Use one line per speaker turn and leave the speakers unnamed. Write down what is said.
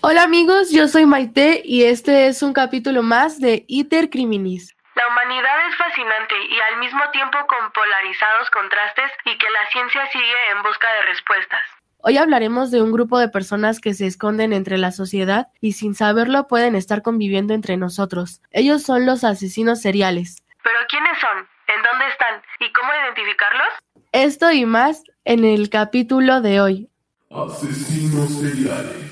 Hola amigos, yo soy Maite y este es un capítulo más de Iter Criminis.
La humanidad es fascinante y al mismo tiempo con polarizados contrastes y que la ciencia sigue en busca de respuestas.
Hoy hablaremos de un grupo de personas que se esconden entre la sociedad y sin saberlo pueden estar conviviendo entre nosotros. Ellos son los asesinos seriales.
Pero ¿quiénes son? ¿En dónde están? ¿Y cómo identificarlos?
Esto y más en el capítulo de hoy.
Asesinos seriales.